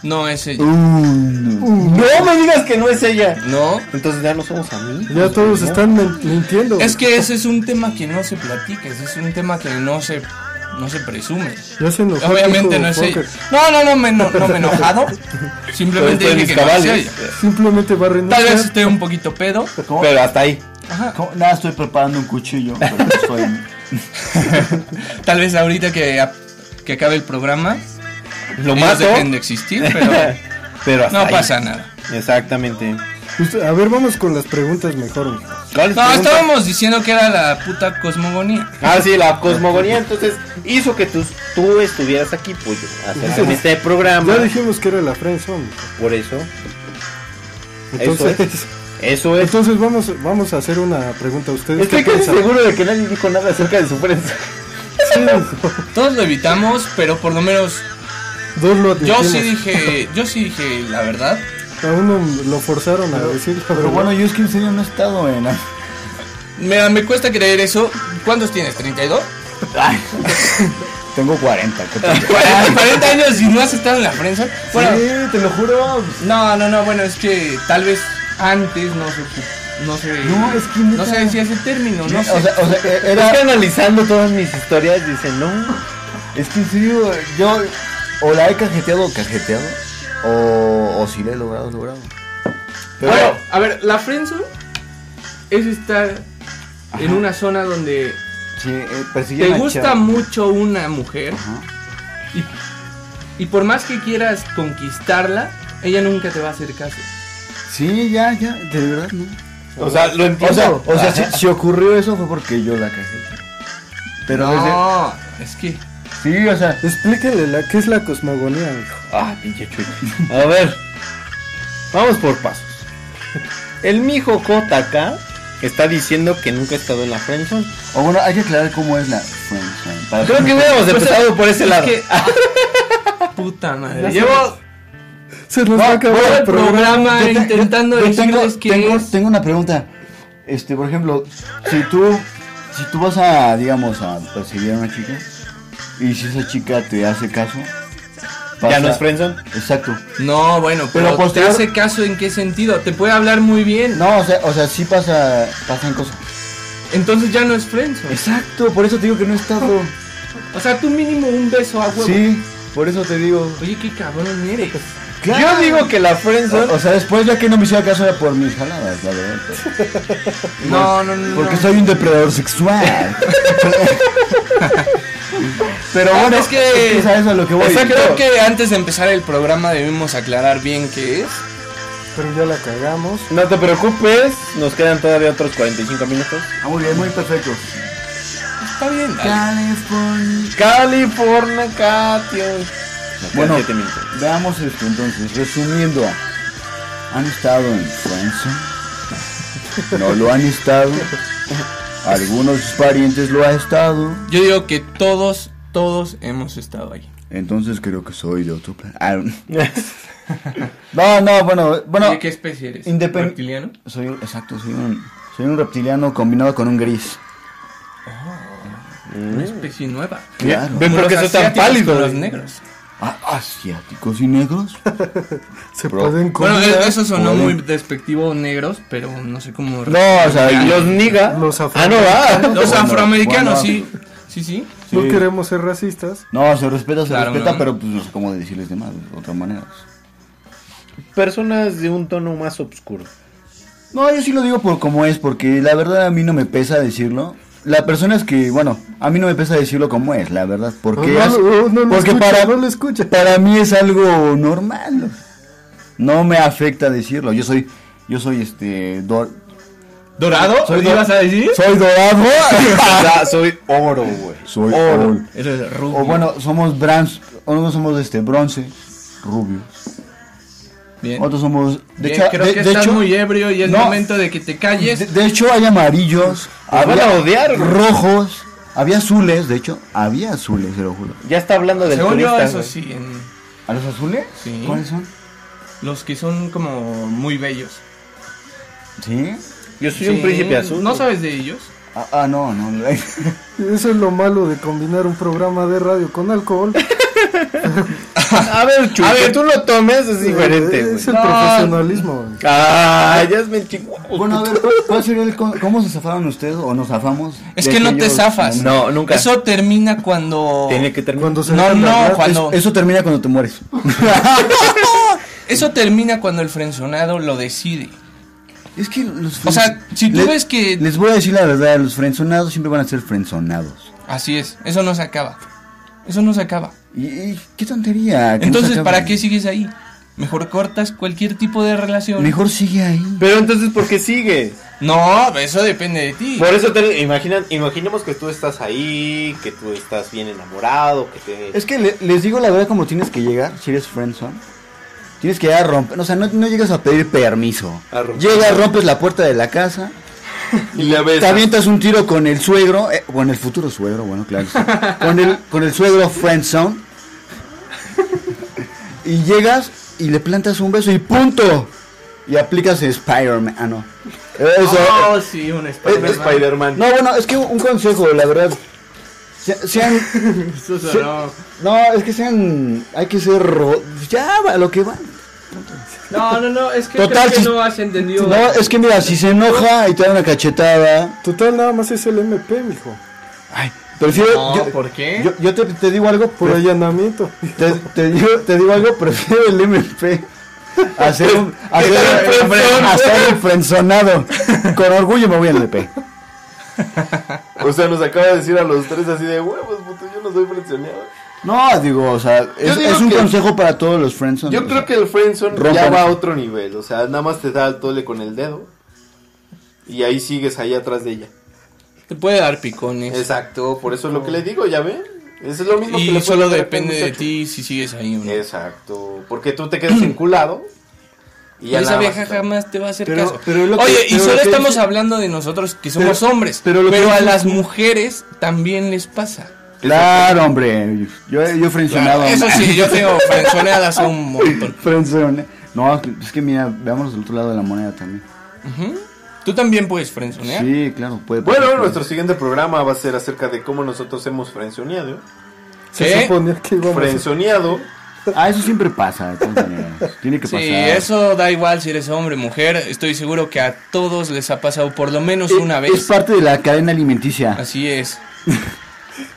No, ese.
Uh.
No me digas que no es ella.
No.
Entonces ya no somos amigos.
Ya todos están men- mintiendo.
Es que ese es un tema que no se platica, ese es un tema que no se, no se presume.
Ya se enojó.
Obviamente
hijo
no es
Fokker.
ella. No, no, no me, no, no me he enojado. Simplemente
Estoy en mis
dije que no es
cabales.
ella.
Simplemente va a
Tal vez
renunciar.
esté un poquito pedo.
Pero hasta ahí.
¿Cómo? Nada, estoy preparando un cuchillo. pero no estoy-
Tal vez ahorita que, a- que acabe el programa,
Lo
ellos
mato.
dejen de existir, pero
Pero hasta
no
ahí.
pasa nada.
Exactamente.
Usted- A ver, vamos con las preguntas mejor. mijo.
¿Cuáles
No,
preguntas?
estábamos diciendo que era la puta cosmogonía.
Ah, sí, la cosmogonía entonces hizo que tú, tú estuvieras aquí, pues, hacer en este programa.
Ya dijimos que era la friendzone.
Por eso. Eso
Entonces,
es. Eso es.
entonces vamos, vamos a hacer una pregunta a ustedes.
Estoy
¿Qué
casi
piensan?
seguro de que nadie dijo nada acerca de su prensa.
Todos lo evitamos, pero por lo menos
Dos lo
yo sí
dijimos.
dije, yo sí dije la verdad.
A uno lo forzaron a decir.
Pero bueno, yo es que en serio no he estado en.
Me, me cuesta creer eso. ¿Cuántos tienes? ¿32?
Tengo 40. ¿qué tal?
40, 40 años y no has estado en la prensa. Bueno,
Sí, te lo juro.
no, no, no, bueno, es que tal vez antes no se ocu- no se
No, es que neta.
no se decía ese término, no
O
sé.
sea, o sea, e-
Es que
era.
analizando todas mis historias, dice, no.
Es que en serio, yo. O la he cajeteado, cajeteado. O, o si la he logrado, logrado. Pero.
Bueno, a ver, la friendzone es estar en una zona donde
sí, eh, persiguió
te
una
gusta
chava.
mucho una mujer y, y por más que quieras conquistarla, ella nunca te va a hacer caso.
Sí, ya, ya, de verdad, ¿no?
O sea, lo
O sea,
entiendo.
o sea si, si ocurrió eso fue porque yo la cajeteé. Pero desde.
No, es que
Sí, o sea.
Explíquenle la, qué es la cosmogonía, mijo?
Ah, pinche chuy. A ver. Vamos por pasos. El mijo JK está diciendo que nunca ha estado en la friendzone.
O bueno, hay que aclarar cómo es la friendzone. Para
Creo Pues, que hubiéramos empezado por ese
es
lado.
que-
Ah.
puta madre. Llevo
Se nos va a acabar
todo
el
el
programa.
programa
Yo te-
intentando
yo tengo,
decirles que
tengo,
es-
tengo una pregunta. Este, por ejemplo, si tú si tú vas a, digamos, a perseguir a una chica y si esa chica te hace caso,
Ya
pasa-
no es friendzone.
Exacto.
No, bueno, pero,
Pero
te
posterior-
hace caso en qué sentido? Te puede hablar muy bien.
No, o sea, o sea, sí pasa pasan cosas.
Entonces ya no es friendzone.
Exacto, por eso te digo que no he estado.
O sea, tú mínimo un beso a huevo.
Sí, por eso te digo.
Oye, qué cabrón eres.
Yo digo que la friendzone
o, o sea, después ya que no me hiciera caso era por mis jaladas, la verdad.
No, no, no.
Porque
no.
soy un depredador sexual. Pero
Ah,
bueno,
es que-
es a eso a lo que voy.
Exacto. Creo que antes de empezar el programa debemos aclarar bien qué es.
Pero ya la cagamos.
No te preocupes, nos quedan todavía otros 45 minutos.
Ah, muy bien, muy perfecto.
Está bien. dale.
California.
California, Catio.
Bueno,
Bueno, 7 minutos.
veamos esto entonces. Resumiendo, ¿han estado en Friendzone? No lo han estado. Algunos de sus parientes lo han estado.
Yo digo que todos, todos hemos estado ahí.
Entonces creo que soy de otro plan. Ah, No, no, bueno, bueno.
¿De qué especie eres?
independ-
¿Reptiliano?
Soy, exacto, soy un, soy un reptiliano combinado con un gris.
Una especie nueva.
Claro.
Ven
Como
por qué
los
son tan
asiáticos con
pálidos.
los negros.
Ah, asiáticos y negros.
Se
Bro.
pueden
Bueno,
comer
eh, eso sonó
Joder.
muy despectivo negros, pero no sé cómo.
No, o sea, yo
Los niga.
los
Ah, no va.
Los
Bueno,
afroamericanos, sí.
bueno.
Sí, sí.
No queremos ser racistas.
No, se respeta, se
Claro,
respeta,
¿no?
pero pues no sé cómo decirles de más, de otras maneras.
Personas de un tono más oscuro.
No, yo sí lo digo por como es, porque la verdad a mí no me pesa decirlo. La persona es que, bueno, a mí no me pesa decirlo como es, la verdad, porque
No,
as-
no, no lo
porque
escucha,
para
no lo escucha.
para mí es algo normal. No me afecta decirlo. Yo soy yo soy este dor-
¿Dorado?
Soy
¿Lo
dor-
ibas a decir?
Soy dorado.
sea, soy oro, güey.
soy
Oro.
ol-
Eres rubio.
O bueno, somos brans, unos somos este bronce, rubio.
Bien.
Otros somos de
Bien,
hecho
creo
de-
que
de
estás
hecho-
muy ebrio y es
No.
momento de que te calles.
De, de hecho hay amarillos,
Nos van a odiar, güey.
rojos, había azules, de hecho, había azules, se lo juro.
Ya está hablando del
Según yo,
turista.
eso
güey.
sí, en
¿A los azules?
Sí.
¿Cuáles son?
los que son como muy bellos.
¿Sí?
Yo soy
Sí.
un príncipe azul.
¿No
güey.
sabes de ellos?
Ah, ah, no, no.
Eso es lo malo de combinar un programa de radio con alcohol.
A ver, Chuy,
A ver.
que tú lo tomes es diferente, güey.
Es el profesionalismo, güey.
Ah, ya es mi chico.
Bueno, a ver, ¿cuál sería el con- ¿cómo se zafaron ustedes o nos zafamos?
Es
de
que no te
aquellos
zafas.
momentos?
No, nunca.
Eso termina cuando.
Tiene que terminar.
Cuando se-
No, no,
Es-
cuando.
Eso termina cuando te mueres.
Eso termina cuando el frenzonado lo decide.
Es que los
O sea,
friends-
si tú ves que-
Les voy a decir la verdad, los frenzonados siempre van a ser frenzonados.
Así es, eso no se acaba. Eso no se acaba.
Y, y qué tontería. que no se
Entonces,
acaban.
¿para qué sigues ahí? Mejor cortas cualquier tipo de relación.
Mejor sigue ahí.
Pero entonces, ¿por qué sigue?
No, eso depende de ti.
Por eso, te, imagina, imaginemos que tú estás ahí, que tú estás bien enamorado, que te...
Es que le- les digo la verdad como tienes que llegar, si eres friendzone. Tienes que llegar a romper, o sea, no, no llegas a pedir permiso.
A romper.
Llegas, rompes la puerta de la casa,
Y la
te avientas un tiro con el suegro, eh, con el futuro suegro, bueno, claro. que sí. Con el, con el suegro friendzone. Y llegas y le plantas un beso y punto. Y aplicas Spider-Man. Ah, no. Eso,
Oh, sí, un
Un
Spider-Man.
Spider-Man.
No, bueno, es que un consejo, la verdad. Se- Sean.
Eso sonó.
No, es que sean. Hay que ser. ro- Ya, a lo que va.
No, no, no, es que
Total,
creo que
si-
no has entendido.
No, es que mira, si se enoja y te da una cachetada.
Total, nada más es el MP, mijo.
Ay, prefiero.
No,
yo,
¿por qué?
Yo, yo te, te digo algo.
Por
pre-
allanamiento.
te, te digo, te digo algo, prefiero el MP. Hacer un. Hacer, hacer el frenzonado. Con orgullo me voy al MP.
O sea, nos acaba de decir a los tres así de huevos, puto, yo no soy presionado.
No, digo, o sea, es,
digo
es un
que-
consejo para todos los friendzones.
Yo creo que el friendzone ya
Rompan.
va a otro nivel, o sea, nada más te da el tole con el dedo y ahí sigues ahí atrás de ella.
Te puede dar picones.
Exacto, por eso es lo que le digo, ya ven. Es lo mismo que
y
le
solo
puede pasar a
depende
aquel
de
muchacho.
ti si sigues ahí o no.
Exacto, porque tú te quedas enculado y ya
Pero esa
nada más
vieja
está.
jamás te va a hacer
Pero-
caso.
pero es lo que-
Oye, y
pero
solo
lo que
estamos
dice-
hablando de nosotros que somos hombres. Pero,
pero lo que
a
dice-
las mujeres también les pasa.
Claro, hombre. Yo, yo frenzonado.
Eso sí, yo tengo frenzoneadas a un montón.
Friendzone. No, es que mira, veamos el otro lado de la moneda también.
Tú también puedes frenzonear.
Sí, claro, puede
Bueno,
puede-
nuestro siguiente programa va a ser acerca de cómo nosotros hemos frenzoneado.
Se suponía que íbamos a-
Frenzoneado.
Ah, eso siempre pasa, de todas maneras. Tiene que
Sí,
pasar.
eso da igual si eres hombre o mujer. Estoy seguro que a todos les ha pasado por lo menos
Es-
una
Es
vez.
parte de la cadena alimenticia.
Así es.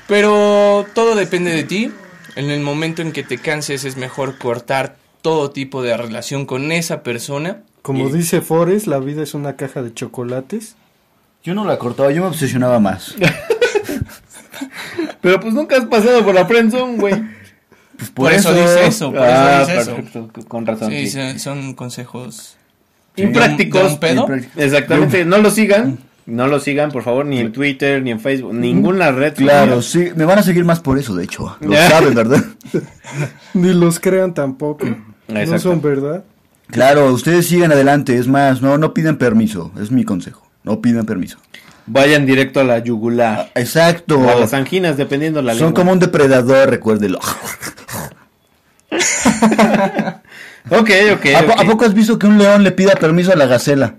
Pero todo depende de ti. En el momento en que te canses es mejor cortar todo tipo de relación con esa persona.
Como dice Forrest, la vida es una caja de chocolates.
Yo no la cortaba, yo me obsesionaba más.
Pero pues nunca has pasado por la friendzone, güey. ¿eh?
Pues
Por eso dice eso, por eso dice eso.
Ah, Con razón.
Sí, son- son consejos.
Imprácticos.
¿De un- de un pedo? Mm.
Imprácticos.
Exactamente, no lo sigan. No lo sigan, por favor, ni en Twitter, ni en Facebook, ninguna red.
Claro,
social.
sí, me van a seguir más por eso, de hecho. Lo
Ya.
saben, ¿verdad?
Ni los crean tampoco. No
Exacto.
son verdad.
Claro, ustedes sigan adelante, es más, no, no pidan permiso, es mi consejo. No pidan permiso. Ah,
Vayan directo a la yugular.
Exacto.
O a las anginas, dependiendo la
Son
lengua.
como un depredador, recuérdelo.
Ok, ok.
¿A, po-
ok.
a poco has visto que un león le pida permiso a la gacela?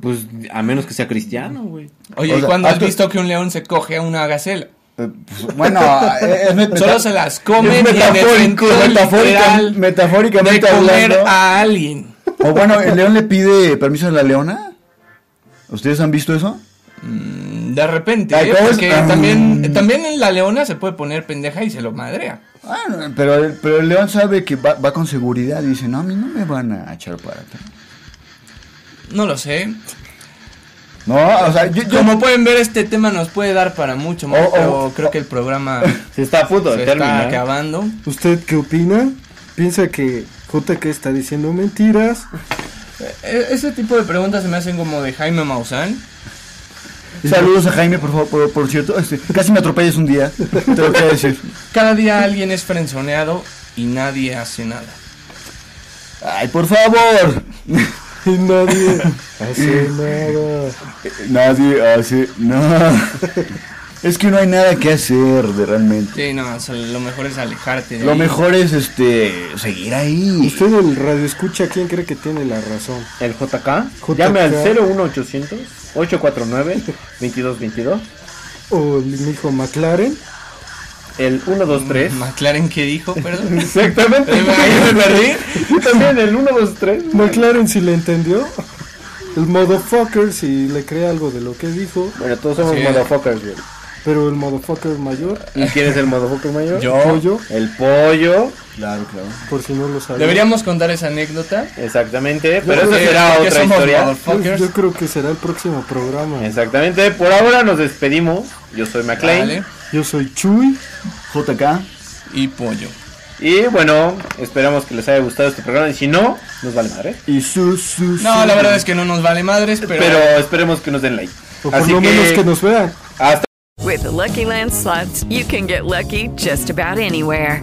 Pues a menos que sea cristiano, güey.
Oye,
O
¿y
sea,
cuándo
ah,
has
tú-
visto que un león se coge a una gacela?
Eh, pues, Bueno, eh, es met-
Solo se las come
es
y en el
metafórico,
sentido
metafórica-
literal de
metafóricamente
comer
hablando.
a alguien.
O bueno, el león le pide permiso a la leona. ¿Ustedes han visto eso?
De repente,
Ay,
¿eh?
¿cómo es?
porque
Ah.
también, también en la leona se puede poner pendeja y se lo madrea.
Ah, no, pero, el- pero el león sabe que va, va con seguridad y dice, no, a mí no me van a echar para acá.
No lo sé.
No, o sea, yo... yo-
Como pueden ver, este tema nos puede dar para mucho más,
Oh, oh,
pero
oh.
creo que el programa
Se está a punto
se
de
está
terminar.
acabando.
¿Usted qué opina? ¿Piensa que JK está diciendo mentiras?
E- ese tipo de preguntas se me hacen como de Jaime Maussan.
Saludos a Jaime, por favor, por, por cierto. este, casi me atropellas un día, te lo quiero decir.
Cada día alguien es frenzoneado y nadie hace nada.
Ay, por favor.
Y nadie hace nada.
Nadie hace... No. Es que no hay nada que hacer de realmente.
Sí, no, o sea, lo mejor es alejarte. de
Lo
ahí.
mejor es este seguir ahí.
Usted el radio escucha, ¿quién cree que tiene la razón?
El JK.
JK.
Llame al 01800 849 2222.
¿O el hijo McLaren?
el 1, 2, 3.
McLaren, ¿qué dijo? Perdón.
Exactamente.
Eh, ahí me perdí.
Yo también, el 1, 2, 3.
McLaren si le entendió. El motherfucker si le cree algo de lo que dijo.
Bueno, todos somos
Sí.
motherfuckers, güey.
Pero el motherfucker mayor,
¿Y quién es el motherfucker mayor?
Yo.
pollo,
El pollo.
Claro, claro.
por si no lo sabía.
Deberíamos contar esa anécdota.
Exactamente. Pero
creo
esa
que-
será
que
otra
somos
historia.
Pues
motherfuckers.
yo creo que será el próximo programa.
Exactamente. Por ahora nos despedimos. Yo soy McLean.
Vale.
Yo soy Chuy.
JK.
Y pollo.
Y bueno, esperamos que les haya gustado este programa. Y si no, nos vale madre.
Y su, su,
No,
su-
la verdad es que no nos vale madres,
Pero, esperemos que nos den like.
O por
Así
lo
que,
menos que nos vean.
hasta
With the Lucky Land slots, you can get lucky just about anywhere.